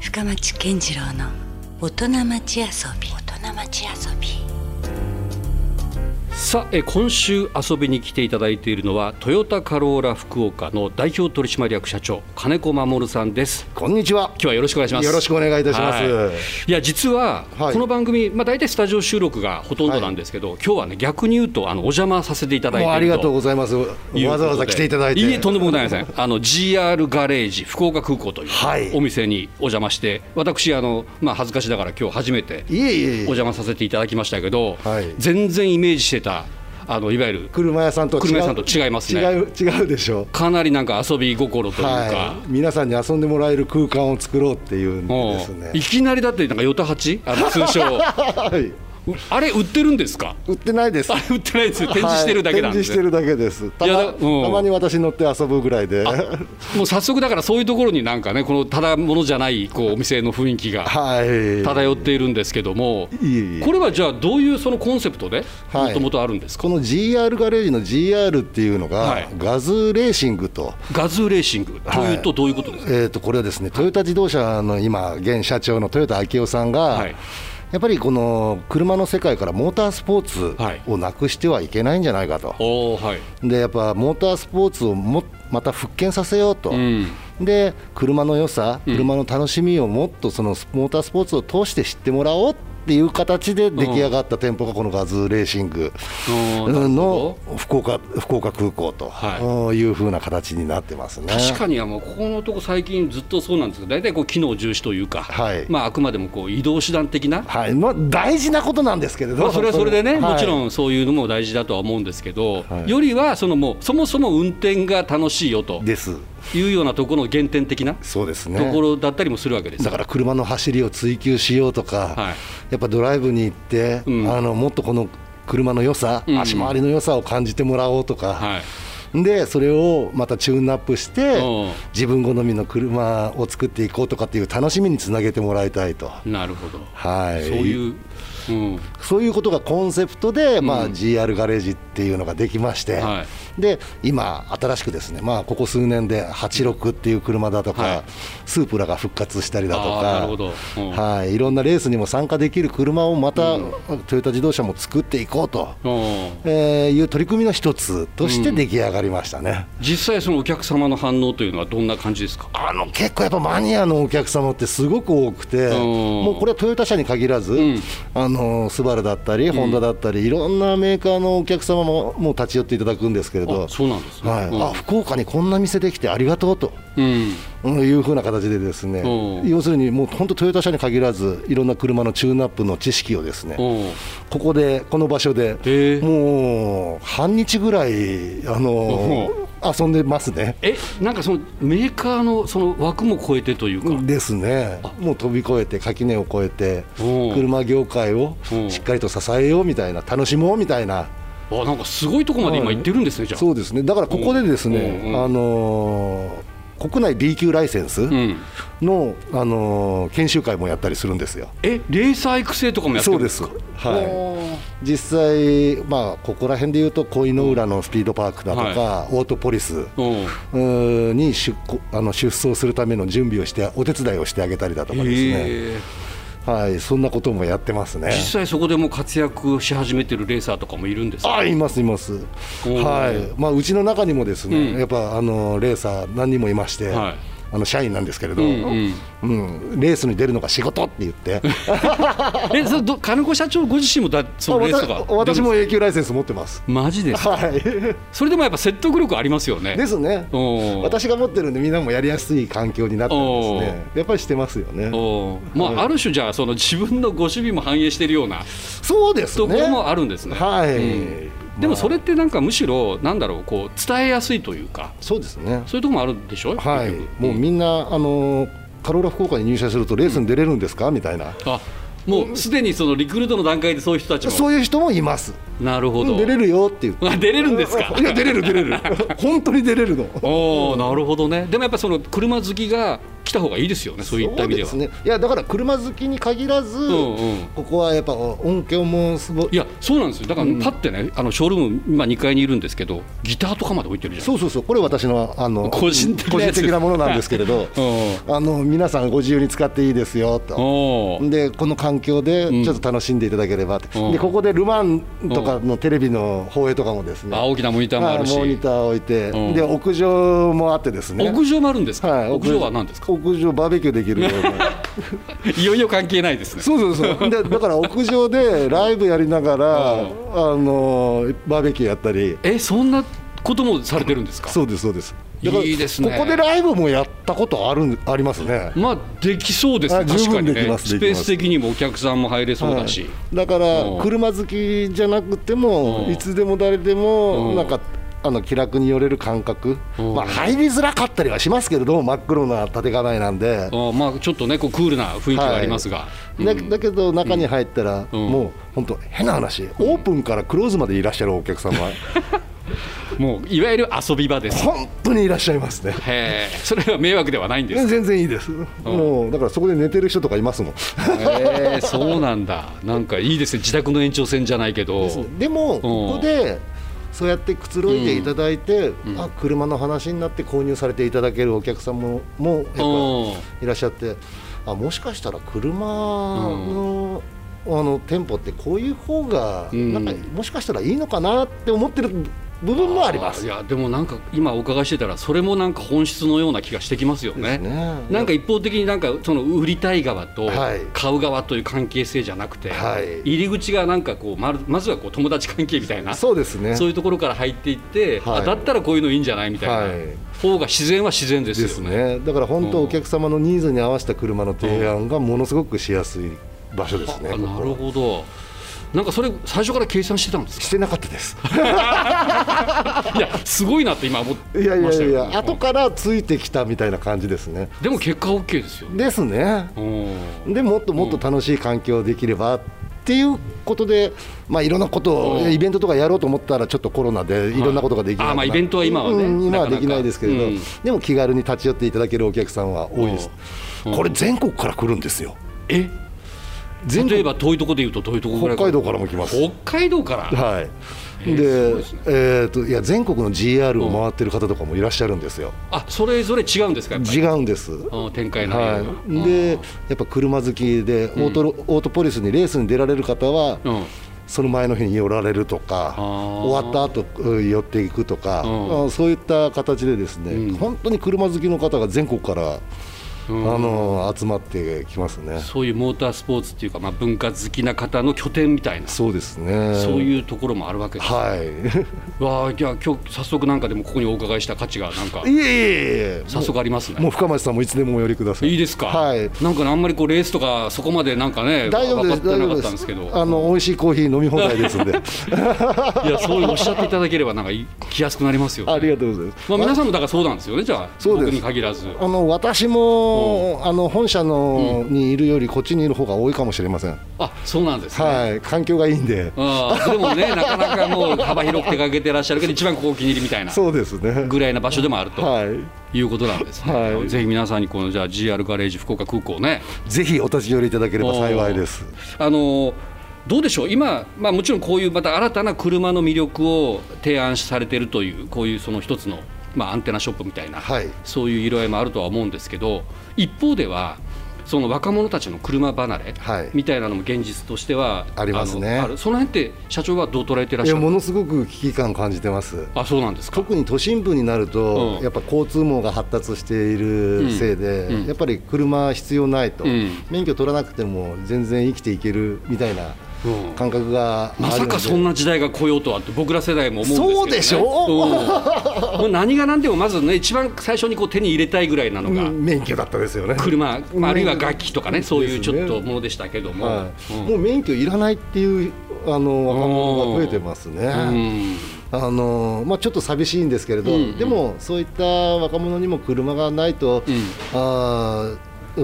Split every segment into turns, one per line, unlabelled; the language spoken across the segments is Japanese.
深町健次郎の大人町遊び大人町遊び
さあえー今週遊びに来ていただいているのはトヨタカローラ福岡の代表取締役社長金子守さんです
こんにちは。
今日はよろしくお願いします
よろしくお願いいたします
はい、いや実は、
はい
この番組まあ大体スタジオ収録がほとんどなんですけど、今日はね逆に言うとあのお邪魔させていただいてい
もう
る
ありがとうご
と
ざいます。わ
いうことで
ざわざ来ていただいて。
いえとんでもございませんあの GR ガレージ福岡空港とい
はいう
お店にお邪魔して、私あのまあ恥ずかしながら今日初めて
いえいえいえ
お邪魔させていただきましたけど、
はい
全然イメージしてたあのいわゆる
車屋さんと違う
車屋さんと違いますね
違う違うでしょ
かなりなんか遊び心という
う。
か、
はい。皆さんに遊んでもらえる空間を作ろうっていうん
もう
ですね
い。きなりだってなんかヨタ八あの通 称
はい。
あれ売ってるんですか
売ってないです
あ。れ売ってないです展示してるだけなん
はい
で、
展示してるだけです。た
いや
ま
だうん
たまに私乗って遊ぶぐらいで。
もう早速だからそういうところになんかねこのただものじゃないこうお店の雰囲気が
はい。
漂っているんですけども、
いえいえ
これはじゃあどういうそのコンセプトで
はい
もともとあるんですか、
この GR ガレージの GR っていうのが、
はい
ガズーレーシングと。
ガズーレーシングというとどういうことですか、
えー、とこれはですねトヨタ自動車の今、現社長の豊田章夫さんが、
はい
やっぱりこの車の世界からモータースポ
は
ー
い
ツをなくしてはいけないんじゃないかと、
おーはい
でやっぱモータースポーツをもまた復権させようと、
ん
で車の良さ、車の楽しみをもっとそのモータースポーツを通して知ってもらおうっていう形で出来上がった店舗がこのガズーレーシング
おーなるほど
の福岡福岡空港と
は
いうふうな形になってますね。
確かにはもうここのとこ最近ずっとそうなんですけど大体こう機能重視というか、
はい
まあ、あくまでもこう移動手段的な、
はい、まあ、大事なことなんですけれど、
まあ、それはそれでね、もちろ
ん、
んそういうのも大事だとは思うんですけど、
はい
よりはそのもうそもそも運転が楽しいよと
です、
いうようなところの原点的な
そうです
とこ
ね。
ろだったりもするわけです
だから車の走りを追求しようとか、
はい
やっぱドライブに行って、
うん
あのもっとこの車の良さ、
うん
足回りの良さを感じてもらおうとか、
はい
でそれをまたチューンアップして
うん、
自分好みの車を作っていこうとかっていう楽しみにつなげてもらいたいと、
なるほど、
はい、
そういう、うん、
そういうことがコンセプトで、まあ、
うん
GR ガレージっていうのができまして、
は
で今、新しくですね、まあ、ここ数年で86っていう車だとか、
はい
スープラが復活したりだと
あー
か。
なるほどうん
はい、いろんなレースにも参加できる車をまた、トヨタ自動車も作っていこうと、
うん
えーいう取り組みの一つとして出来上がりましたね、
実際そのお客様の反応というのはどんな感じですか
あの結構やっぱマニアのお客様ってすごく多くて、
ん
もうこれはトヨタ車に限らず、
ん
あのスバルだったり、ホンダだったり、いろんなメーカーのお客様ももう立ち寄っていただくんですけれど、
あそうなんですね
はい
うん
あ福岡にこんな店できてありがとうと。
うん
うんいうふうな形で、ですね
うん
要するにもう本当、トヨタ車に限らず、いろんな車のチューンアップの知識をですね、
うん
ここで、この場所で
へえ、
もう半日ぐらい、あの遊んでますね。
えなんかそのメーカーのその枠も超えてというか、
ですね、もう飛び越えて、垣根を越えて、
うん
車業界を
うん
しっかりと支えようみたいな、楽しもうみたいな、
あなんかすごいとこまで今行ってるんですね、じゃあ
そうですね、だからここでですね、
うんうん
あのー国内 B 級ライセンス
うん
の、あのー研修会もやったりするんですよ。
えレーサー育成とかもやって
そ
る
うんで
です
す、
か
はい、実際、まあ、ここら辺でいうと、恋の浦のスピードパークだとか、オートポリス。
うん
うーに出こあの出走するための準備をしてお手伝いをしてあげたりだとかですね、
へえ
はい、そんなこともやってますね。
実際そこでもう活躍し始めてるレーサーとかもいるんですか
あいますいます、
ー
はいまあ、うちの中にもですね、
うん
やっぱあのレーサー何人もいまして、
はい
あの社員なんですけれど、
う
うんん
うん
レースに出るのが仕事って言って、
えそれど金子社長ご自身もだ そのレースとか
わた私も永久ライセンス持ってます。
マジですか
はい、
それでもやっぱ説得力ありますよ ね
ですね
おー、
私が持ってるんで、みんなもやりやすい環境になってますね、やっぱりしてますよね。
おーまあ、ある種じゃあその自分のご趣味も反映しているような
そうです
とこ
ね。
ろもあるんですね
はい、
うんでもそれってなんかむしろなんだろうこう伝えやすいというか
そうですね。
そういうところもあるんでしょ
はい、
結局
もうみんな、あのカローラ福岡に入社すると、レースに出れるんですか、みたいな。
あもうすでにそのリクルートの段階でそういう人たちも
そういう人もいます。
なるほど
出れるよっていう。
あ出れるんですか
いや出れる出れる。本当に出れるの。
おおなるほどねでもやっぱその車好きが来た方がいいですよね、そういった意味では。
そうですねいやだから車好きに限らず、
んうん
ここはやっぱ音響もすごい
いやそうなんですよだからパッてね、あのショールーム今2階にいるんですけどギターとかまで置いてるじゃん
そうそうそうこれ私のあの
個人的な
個
や
人
つ
的なものなんですけれど
う
あの皆さんご自由に使っていいですよと。
おー
でこの環境でちょっと楽しんでいただければって、
うん
でここでル・マンとかのテレビの放映とかもですね、
あ大きなモニターもあるし
はいモニター置いて、
うん
で屋上もあってですね
屋上もあるんですか、
はい、
屋上は何ですか
屋上バーベキューできるよう な
いよいよ関係ないですね
そうそうそう でだから屋上でライブやりながら、
うん
あのバーベキューやったり
えそんなこともされてるんですか
そうですそうです
いいですね
ここでライブもやったことあるありますね
まあできそうですね
あ十
確か
分
に
でき
ね
ます
ス
で
ペ
き
ー
ます
ス的にもお客さんも入れそうだし、
はいだから
うん
車好きじゃなくても、
うん
いつでも誰で
う
も
ん
なんか、あの気楽に寄れる感覚、
うん
まあ、入りづらかったりはしますけれども真っ黒な建構えなんで、
あーまあちょっとねこうクールな雰囲気がありますが、うん
だだけど中に入ったら、
うん
もう本当変な話、オープンからクローズまでいらっしゃるお客様
もういわゆる遊び場 です
本当にいらっしゃいますね
へえそれは迷惑ではないんです
全然いいです、もうだからそこで寝てる人とかいますもん
へえそうなんだなんかいいですね自宅の延長線じゃないけど
でもここでそうやってくつろいでいただいて、あ車の話になって購入されていただけるお客さんももやっぱいらっしゃってあもしかしたら車の,、あの店舗ってこういう方が
うん
なんか、もしかしたらいいのかなって思ってる部分もありま
ー
す。
いやでもなんか今お伺いしてたらそれもなんか本質のような気がしてきますよね
ですね
なんか一方的になんかその売りたい側と
はい
買う側という関係性じゃなくて、
はい
入り口がなんかこうまるまずはこう友達関係みたいな
そうですね
そういうところから入っていって、
は
あ
い
だったらこういうのいいんじゃないみたいな、
はい
方が自然は自然です
で
よ
す
ね
ねだから本
うん
当お客様のニーズに合わせた車の提案がものすごくしやすい場所ですね。
あ
ここ
なるほどなんかそれ最初から計算してたんですか
してなかったです。
いやすごいなって今思って
いや い
ま
や
したよ
いや、後からついてきたみたいな感じですね。
でも結果 OK ですよね
ですね。
うん
でもっともっと楽しい環境できればっていうことで、まあ、いろんなこと
う
を
ん
イベントとかやろうと思ったらちょっとコロナでいろんなことができない、
あまあイベントは今はね
うん今
なかな
は
か
できないですけれど
うん
でも気軽に立ち寄っていただけるお客さんは多いです、
うん
これ全国から来るんですよ
え
全
例えば遠いとこでいうと遠いとこぐらい
北海道からも来ます
北海道から
はい
えー
です
ごいですね
えー、といや全国の GR を回ってる方とかもいらっしゃるんですよ、
あそれぞれ違うんですかやっぱり
違うんです
うん展開の内容が
はい、でやっぱ車好きでオートロ、オートポリスにレースに出られる方は、
うんうん
その前の日に寄られるとか
あー
終わった後うん寄っていくとか、
うん
あそういった形でですね、
うん
本当に車好きの方が全国から、
うん
あの集まってきますね。
そういうモータースポーツっていうか、まあ、文化好きな方の拠点みたいな
そうですね。
そう
う
いうところもあるわけです、
はい。
わあじゃあ今日早速なんかでもここにお伺いした価値がなん か
いえいえいえ。
早速ありますね
もう深町さんもいつでもお寄りください。
いいですか、
はい。
なんかねあんまりこうレースとかそこまでなんかね
大丈夫で
分か
す。
っ
大
て
丈
なか
夫
っ
で
たんですけど
す。あの美味しいコーヒー飲み放題ですん で。
いやそうおっしゃっていただければなんかい来やすくなりますよ、ね、
ありがとうございます。
まあ、皆さんもだからそうなんですよねじゃあ
そうです
僕に限らず
あの私も、あの本社の、にいるよりこっちにいる方が多いかもしれません。
あそうなんですね、
はい。環境がいいんで。
あでもね、 なかなかもう幅広く手がけてらっしゃるけど、一番ここお気に入りみたいな
そうですね。
ぐらいな場所でもあると
はい、
いうことなんです、ね
はい
ぜひ皆さんにこのじゃあ GR ガレージ福岡空港ね、
ぜひお立ち寄りいただければ幸いです。
あのどうでしょう、今、まあ、もちろんこういうまた新たな車の魅力を提案されているという、こういうその一つの、まあ、アンテナショップみたいな、
はい
そういう色合いもあるとは思うんですけど、一方では、その若者たちの車離れ
はい
みたいなのも現実としては
ありますね
あのあるその辺って社長はどう捉えてらっ
い
しゃ
や
る
ものすごく危機感感じてます。
あそうなんですか
特に都心部になると、
うん
やっぱ交通網が発達しているせいで、
うんうん
やっぱり車必要ないと、
うん
免許取らなくても全然生きていけるみたいな
うん
感覚があるの
ま
で、
さかそんな時代が来ようとはって僕ら世代も思うんですけど、ね、
そうで
しょ、もう何が何でもまずね一番最初にこう手に入れたいぐらいなのが、
うん免許だったですよね。
車、まあ、あるいは
うん
楽器とかねそういうちょっ
です
と
ね
ものでしたけども、
はい
うん
もう免許いらないっていうあの若者が増えてますね。
うん
あのまあ、ちょっと寂しいんですけれど、
うんうん
でもそういった若者にも車がないと、
うん
あー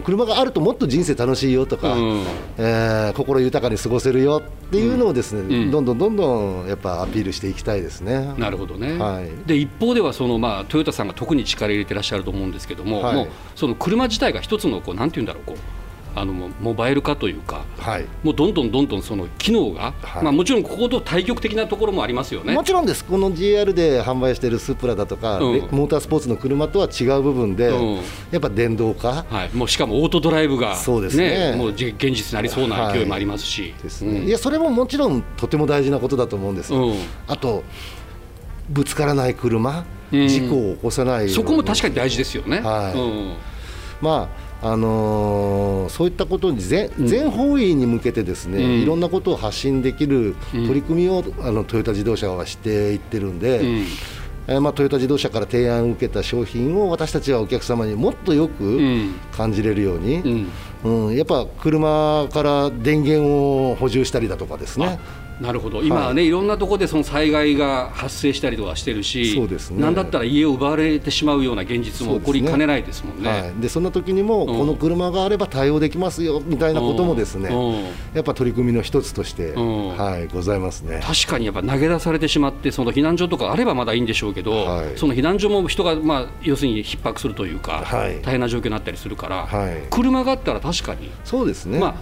車があるともっと人生楽しいよとか、
うん
えー心豊かに過ごせるよっていうのをですね、
うん
どんどんどんどんやっぱアピールしていきたいですね。
なるほどね、
はい
で一方ではその、まあ、トヨタさんが特に力入れてらっしゃると思うんですけども,、
はい
もうその車自体が一つのこうなんていうんだろうこうあのモバイル化というか、
はい
もうどんどんどんどんその機能が、
はい
まあ、もちろんここと対極的なところもありますよね
も。ちろんです、この GR で販売しているスプラだとか、
うん
レモータースポーツの車とは違う部分で、
うん
やっぱ電動化
はい、もうしかもオートドライブが、
そうですね
もうじ現実になりそうな勢いもありますし、
ですね、いや、それももちろんとても大事なことだと思うんですよ、
うん
あと、ぶつからない車、
うん
事故を起こさな
う
い
んそこも確かに大事ですよね。
はい
うん
まああのーそういったことに全全方位に向けてですね、
うん
いろんなことを発信できる取り組みを、あのトヨタ自動車はしていってるんで、
ん
えーまあ、トヨタ自動車から提案を受けた商品を私たちはお客様にもっとよく
ん
感じれるように、
うん
うんやっぱ車から電源を補充したりだとかですね。
なるほど今はね、い、ろんなところでその災害が発生したりとかしてるし、
そうですね
なんだったら家を奪われてしまうような現実
そ
も
うです
起
ね
こりかねないですもんね。
はい、でそんな時にも、この車があれば対応できますよみたいなこともですね、
うん
やっぱ取り組みの一つとして、
うん
はい、ございますね。
確かにやっぱ投げ出されてしまって、その避難所とかあればまだいいんでしょうけど、
はい
その避難所も人が、まあ、要するに逼迫するというか、
はい
大変な状況になったりするから、
はい
車があったら確かに、
そうですね、
まあ、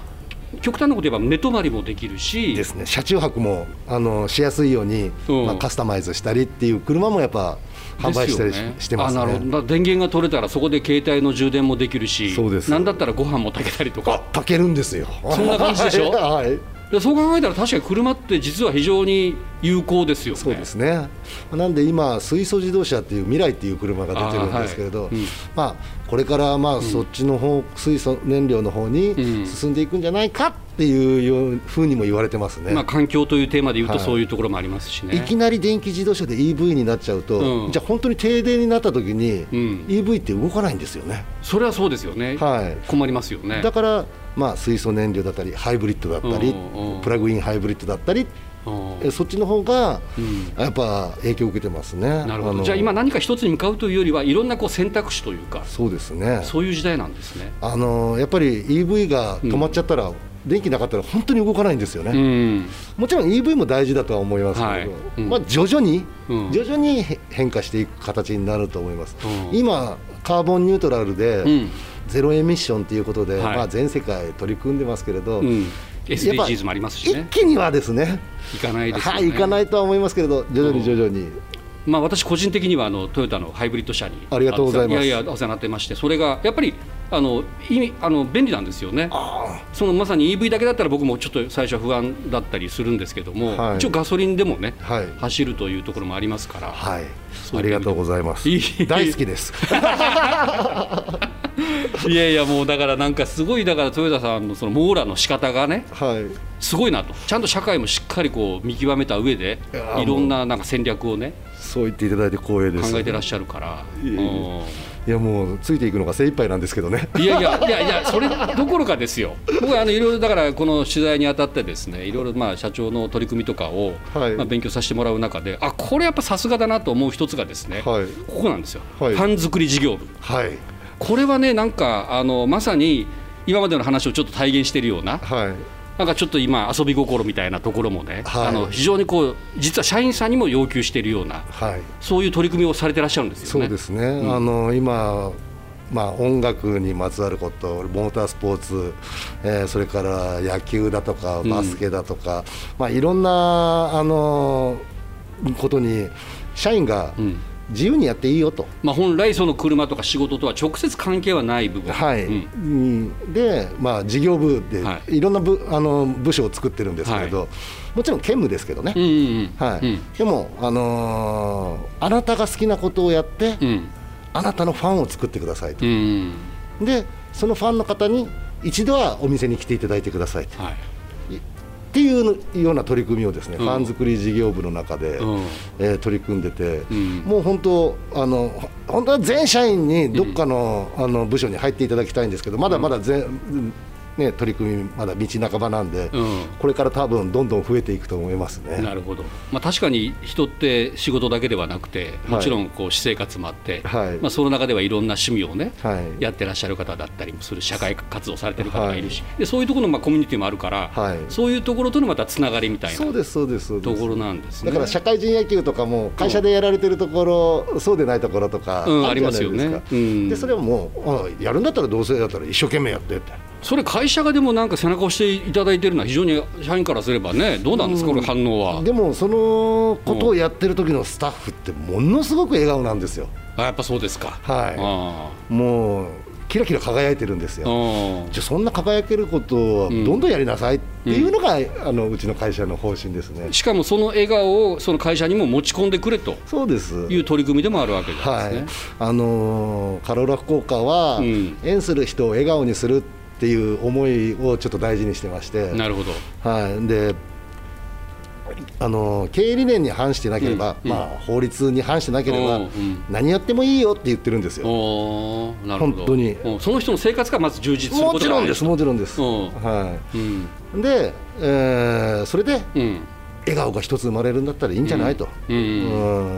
極端なこと言えば寝泊まりもできるし、
ですね、車中泊もあのしやすいように、
うん
まあ、カスタマイズしたりっていう車もやっぱ販売したり
です
し,、
よね
してます
あなるほど
ね。
だから電源が取れたらそこで携帯の充電もできるし
そうです
なんだったらご飯も炊けたりとか
炊けるんですよ。
そんな感じでしょ
はい、
でそう考えたら確かに車って実は非常に有効ですよね。
そうですね。なんで今水素自動車っていう未来っていう車が出てるんですけれど、
あーはいうん
まあこれからまあそっちの方、水素燃料の方
うん
に進んでいくんじゃないかっていうよう風にも言われてますね。
まあ、環境というテーマで言うと
はい
そういうところもありますしね。
いきなり電気自動車で EV になっちゃうと、
うん
じゃあ本当に停電になった時に、
ん
EV って動かないんですよね。
それはそうですよね、
はい
困りますよね。
だから、まあ、水素燃料だったりハイブリッドだったり
うんうん
プラグインハイブリッドだったり
うん
えそっちの方が
ん
やっぱ影響を受けてますね。
なる
あ
ほど
の
じゃあ今何か一つに向かうというよりはいろんなこう選択肢というか
そうですね
そういう時代なんですね。
あのやっぱり EV が止まっちゃったら、電気なかったら本当に動かないんですよね、
うん
もちろん EV も大事だとは思いますけど、
はいうん
まあ、徐々に、
うん
徐々にへ変化していく形になると思います、
うん
今カーボンニュートラルで、
うん
ゼロエミッションということで、
はい
まあ、全世界取り組んでますけれど、
うん、
やっぱ
SDGs もありますし
一
ね、
気にはですね
行かないですよね。
はい、いかないとは思いますけれど、徐々に徐々に、
まあ、私個人的にはあのトヨタのハイブリッド車に
ありがとうございます
あのやいやお世話になってましてそれがやっぱりあの意味あの便利なんですよねそのまさに EV だけだったら僕もちょっと最初は不安だったりするんですけども、
はい
一応ガソリンでもね、
はい
走るというところもありますから、
はい、
う
ありがとうございます
いい、
大好 きです。
い、やいやもうだからなんかすごいだからトヨタさんのその網羅の仕方がね
はい
すごいなとちゃんと社会もしっかりこう見極めた上で
いやー
いろんななんか戦略をね
そう言っていただいて光栄です。
考えてらっしゃるから。
いえいえ
うん
いやもうついていくのが精一杯なんですけ どね。
いやいやいやいやそれどころかですよ。僕はあのいろいろだからこの取材にあたってですねいろいろまあ社長の取り組みとかを、
はい
まあ勉強させてもらう中であこれやっぱさすがだなと思う一つがですね、
はい
ここなんですよ、
はい
パン作り事業部
はい
これはねなんかあのまさに今までの話をちょっと体現しているような
はい
なんかちょっと今遊び心みたいなところもね、
はい
あの非常にこう実は社員さんにも要求しているような
はい。
そういう取り組みをされてらっしゃるんですよね。
そうですね。あの今。まあ、音楽にまつわること、モータースポーツ、えーそれから野球だとか、バスケだとか、まあ、いろんな、あのことに社員が
ん
自由にやっていいよと、
まあ、本来その車とか仕事とは直接関係はない部分、
はい
うん
うんで、まあ、事業部で
はい
ろんな部,、あの部署を作ってるんですけれど、もちろん兼務ですけどね、
うんうんうん
はい
うん
でも、あのーあなたが好きなことをやって、
うん
あなたのファンを作ってくださいと
う、ん
でそのファンの方に一度はお店に来ていただいてくださいと
はい
っていうような取り組みをですね、
うん
ファン作り事業部の中で、
うん
えー取り組んでて、
ん
もう本当あのほ本当は全社員にどっかの,、あの部署に入っていただきたいんですけどまだまだ全、ね、取り組みまだ道半ばなんで、
うん
これから多分どんどん増えていくと思いますね。
なるほど、まあ、確かに人って仕事だけではなくて、もちろんこう私生活もあって、
はい
まあ、その中ではいろんな趣味をね、
はい
やってらっしゃる方だったりもする、社会活動されてる方がいるし、でそういうところのまあコミュニティもあるから、
はい
そういうところとのまたつながりみたい
そう
な
ですそうですそうで
と
す
ころなんですね。
だから社会人野球とかも会社でやられてるところ、そうでないところとか
うん
あるじゃないです
あ
か、
りますよねうん
でそれはもうあやるんだったらどうせだったら一生懸命やってって
それ会社がでもなんか背中を押していただいてるのは非常に社員からすればねどうなんですか、これ反応は
でもそのことをやってる時のスタッフってものすごく笑顔なんですよ
あやっぱそうですか、
は
あ
いもうキラキラ輝いてるんです
あう
よ
ん
じゃあそんな輝けることはどんどんやりなさいっていうのが、あのうちの会社の方針ですね、
しかもその笑顔をその会社にも持ち込んでくれと
そうです
いう取り組みでもあるわけですね、
はい、あのーカローラ福岡は、
うん
縁する人を笑顔にするっていう思いをちょっと大事にしてまして、
なるほど、
はい、で、あのー経営理念に反してなければ、
うん
まあ、法律に反してなければ、
うんうん
何やってもいいよって言ってるんですよ。
おーなるほど
本当に
うんその人の生活がまず充実するこ
も
と
ち
が
ろん
大
です、
事
もちろんです。
うん
は
うん
い、で、えーそれで
うん
笑顔が一つ生まれるんだったらいいんじゃないと。
うん
う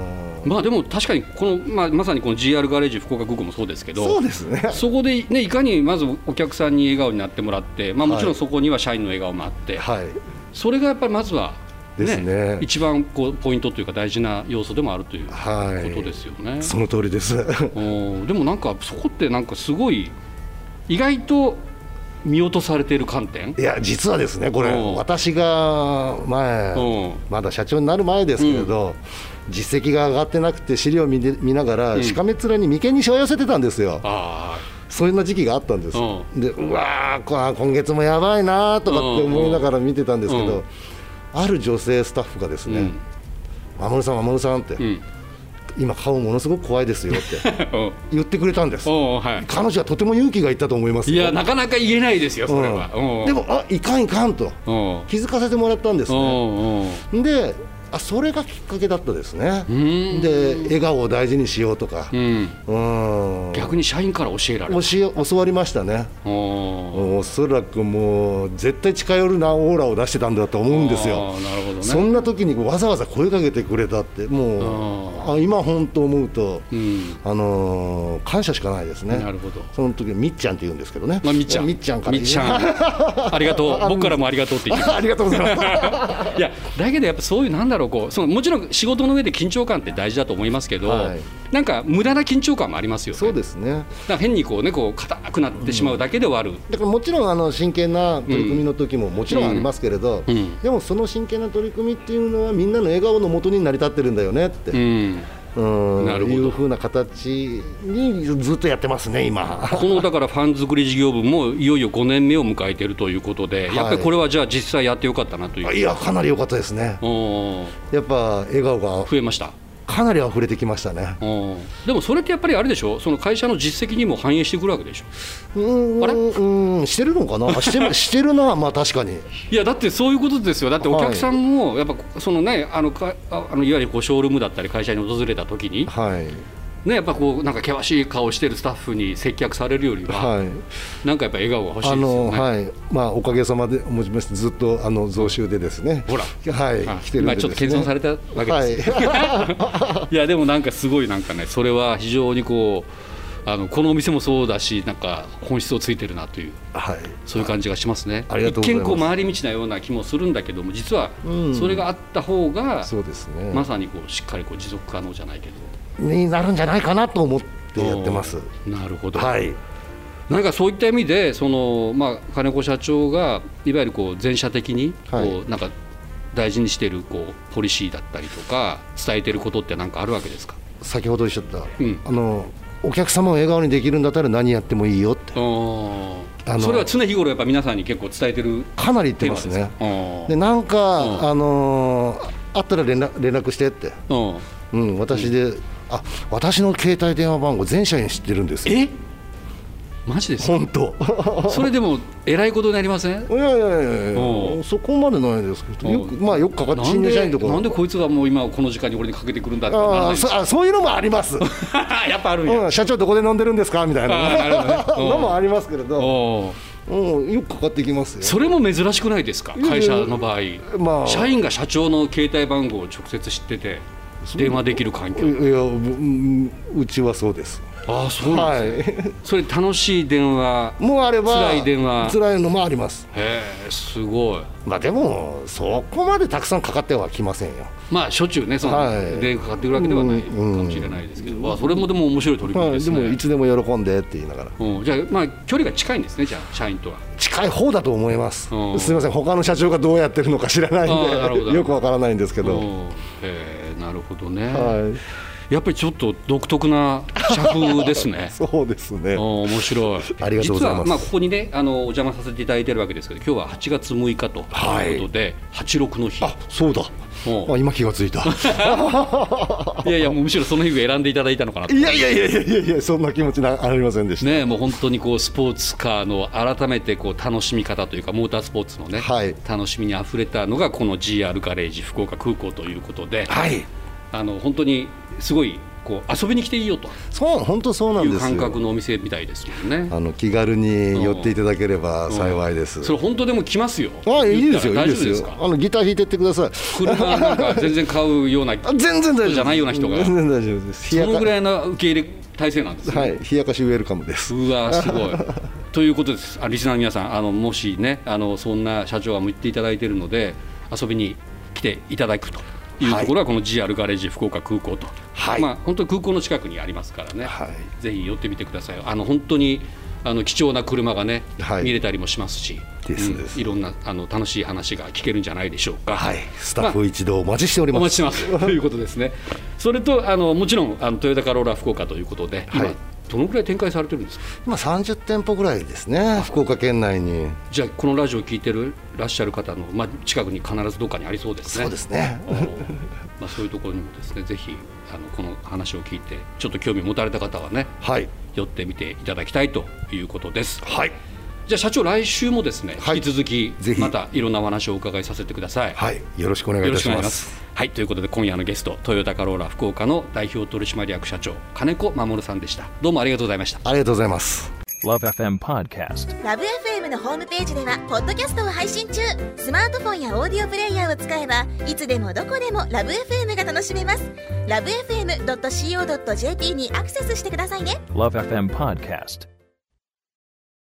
ん
まあでも確かにこの、まあ、まさにこの GR ガレージ福岡空港もそうですけど
そうですね。
そこで、ね、いかにまずお客さんに笑顔になってもらって、まあ、もちろ
は
ん
い
そこには社員の笑顔もあって、
はい、
それがやっぱりまずは、ね
ですね
一番こうポイントというか大事な要素でもあるというこ
はい
とですよね。
その通りです。
おーでもなんかそこってなんかすごい意外と見落とされている観点
いや実はですねこれ
うん
私が前
うん
まだ社長になる前ですけれど、実績が上がってなくて資料を見て見ながら、
ん
しかめっ面に眉間にしわ寄せてたんですよ
あ
そんな時期があったんです、
う
でうわーこあ今月もやばいなーとかって思いながら見てたんですけど、
うんうん
ある女性スタッフがです
ー、
ね「守、さん守さん」って、
うん
今顔ものすごく怖いですよ」って
うん
言ってくれたんです
おうはい、
彼女はとても勇気がいったと思います
い
よ
やなかなか言えないですよそれは、
うん
うん
でもあいかんいかんと
うん
気づかせてもらったんですね、
うんうん
であそれがきっかけだったですね
ん
で笑顔を大事にしようとか
うん
うん
逆に社員から教えられる
教え教わりましたね
思
おそらくもう絶対近寄るなオーラを出してたんだと思うんですよ
なるほどね
そんな時にわざわざ声かけてくれたってもうあ今本当思うと、
うん
あのー感謝しかないですね
なるほど
その時みっちゃんって言うんですけどね、
まあ、みっちゃん
みっちゃんから
みっちゃんありがとう僕からもありがとうって言って
ありがとうございま す
いやだけどやっぱそういうなんだろうこうそのもちろん仕事の上で緊張感って大事だと思いますけど、
はい
なんか無駄な緊張感もありますよね
そうですね
なんか変にこうねこう硬くなってしまうだけではある、
だからもちろんあの真剣な取り組みの時ももちろんありますけれど、
うんうん
でもその真剣な取り組みっていうのはみんなの笑顔のもとに成り立ってるんだよねって、
う
うんん
なるほど
いうふうな形にずっとやってますね今。
このだからファン作り事業部もいよいよ5年目を迎えているということで、
はい
やっぱりこれはじゃあ実際やってよかったなという、
いやかなり良かったですね。
おー
やっぱ笑顔が
増えました
かなり溢れてきましたね。
おーでもそれってやっぱりあれでしょその会社の実績にも反映してくるわけでしょ
うーん
あれ
うーんしてるのかなあし てるしてるなまあ確かに。
いやだってそういうことですよだってお
はい
客さんもやっぱそのねあのかああのいわゆるこうショールームだったり会社に訪れた時に
はい
ねやっぱこうなんか険しい顔してるスタッフに接客されるよりは、
はい。
なんかやっぱ笑顔が欲しい
あ
ですよ
の
ね。
はいまあ、おかげさまでもちましてずっとあの増収でですね、
ほら
はい、
あ
来てるん
ま
で
あ
で
ち
す、
ょっと謙
ね、
遜されたわけです、い、
は い、
やでもなんかすごいなんかねそれは非常にこうあのこのお店もそうだしなんか本質をついてるなという
はい、
そういう感じがしますね。
ありがとうございます
一見こう回り道なような気もするんだけども実は
うん
それがあった方が、
そうですね、
まさにこうしっかりこう持続可能じゃないけど。
になるんじゃないかなと思ってやってます。
おーなるほど、
はい、
なんかそういった意味でその、まあ、金子社長がいわゆるこう全社的にこう、
はい
なんか大事にしているこうポリシーだったりとか伝えてることってなんかあるわけですか
先ほどおっしゃった、
うん
あのお客様を笑顔にできるんだったら何やってもいいよってあの
それは常日頃やっぱ皆さんに結構伝えてる
かなり言っ
テ
て
ー
ま
マ
す
ですか
ね。でなんか、あのーあったら連絡連絡してって、
うんうん
うん、私で、あ私の携帯電話番号全社員知ってるんですよ。
えマジですか
本当。
それでもえらいことになりません
いやいやいやい
おう
や、そこまでないですけど、よく
おう
まあよくかかって
な
新
ん
入社員
で
とか、
なんでこいつがもう今この時間に俺にかけてくるんだってなら
あ
ない
あ
んです
そ
か
あそういうのもあります。
やっぱあるんや、
うん、社長どこで飲んでるんですかみたいな
あーなるほどねうん
のもありますけれど、
おー
うん、よくかかってきますよ
それも珍しくないですか
や
会社の場合、
まあ
社員が社長の携帯番号を直接知ってて電話できる環境、
いやうんうちはそうです
ああそうなん
は
ですね、
い
それ楽しい電話
もうあれば
辛い電話
辛いのもあります
へえすごい
まあでもそこまでたくさんかかってはきませんよ
まあしょっちゅうねその、
はい
電話かかってくるわけではないかもしれないですけど、まあ、それもでも面白い取り組
ま
み
あ
です
で
ね、
もいつでも喜んでって言いながら
うん、じゃあまあ距離が近いんですねじゃあ社員とは
近い方だと思います、
うん
すみません他の社長がどうやってるのか知らない
あーなるほ
ん
ど
でよくわからないんですけ
う
ど、
んへえなるほどね、
はい
やっぱりちょっと独特な社風ですね
そうですね
あー面白い
ありがとうございます
実は、まあ、ここにねあのお邪魔させていただいてるわけですけど今日は8月6日と
はい
いうことで、86の日
あそうだ
うん
あ今気がつい た
いやいやもうむしろその日を選んでいただいたのかなと
いやいやいやいやいやいやそんな気持ちなありませんでした、
ね、もう本当にこうスポーツカーの改めてこう楽しみ方というかモータースポーツの、ね
はい
楽しみにあふれたのがこの GR ガレージ福岡空港ということで、
はい
あの本当にすごいこう遊びに来ていいよと
そう本当そうないんで
う
すよ
感覚のお店みたいですもんね。
あの気軽に寄っていただければ幸いです、
それ本当でも来ますよ。
あいいですよ
言ったら大
いいで
丈夫
す
です
よ
か。
あのギター弾いてってください
車なんか全然買うような
あ全然大丈夫です
じゃないような人が
全然大丈夫です
そのぐ
い
らいの受け入れ体制なんですね。
はい冷やかしウェルカムです
うわすごい。ということです、あリスナーの皆さん、あのもしねあの、そんな社長はもう言っていただいているので、遊びに来ていただくというところは、この GR ガレージ福岡空港と、
はい
まあ、本当に空港の近くにありますからね、
はい
ぜひ寄ってみてください、あの本当にあの貴重な車がね、
はい
見れたりもしますし、
です
うん
です
いろんなあの楽しい話が聞けるんじゃないでしょうか。
はいスタッフ一同お待ちしており
お
ま
待ち
す
して ます。ということですね。それとあのもちろんあのトヨタカローラ福岡ということで、今
はい
どのくらい展開されてるんですか。
今30店舗ぐらいですね福岡県内に
じゃあこのラジオを聞いてるらっしゃる方の、まあ、近くに必ずどっかにありそうですね。
そうですね
あのまあ、そういうところにもですねぜひあのこの話を聞いてちょっと興味を持たれた方はね
はい
寄ってみていただきたいということです。
はい
じゃあ社長来週もですね、
はい
引き続き
ぜひ
またいろんなお話をお伺いさせてください。
はいよろしくお願い
よ
い
ろし
た
く
し
お願い
ま
しますす。はいということで今夜のゲストトヨタカローラ福岡の代表取締役社長金子守さんでした。どうもありがとうございました。
ありがとうございます
Love FM Podcast.
ラブ f m のホームページではポッドキャストを配信中スマートフォンやオーディオプレイヤーを使えばいつでもどこでもラブ f m が楽しめますラブ FM.co.jp にアクセスしてくださいね
Love FM Podcast.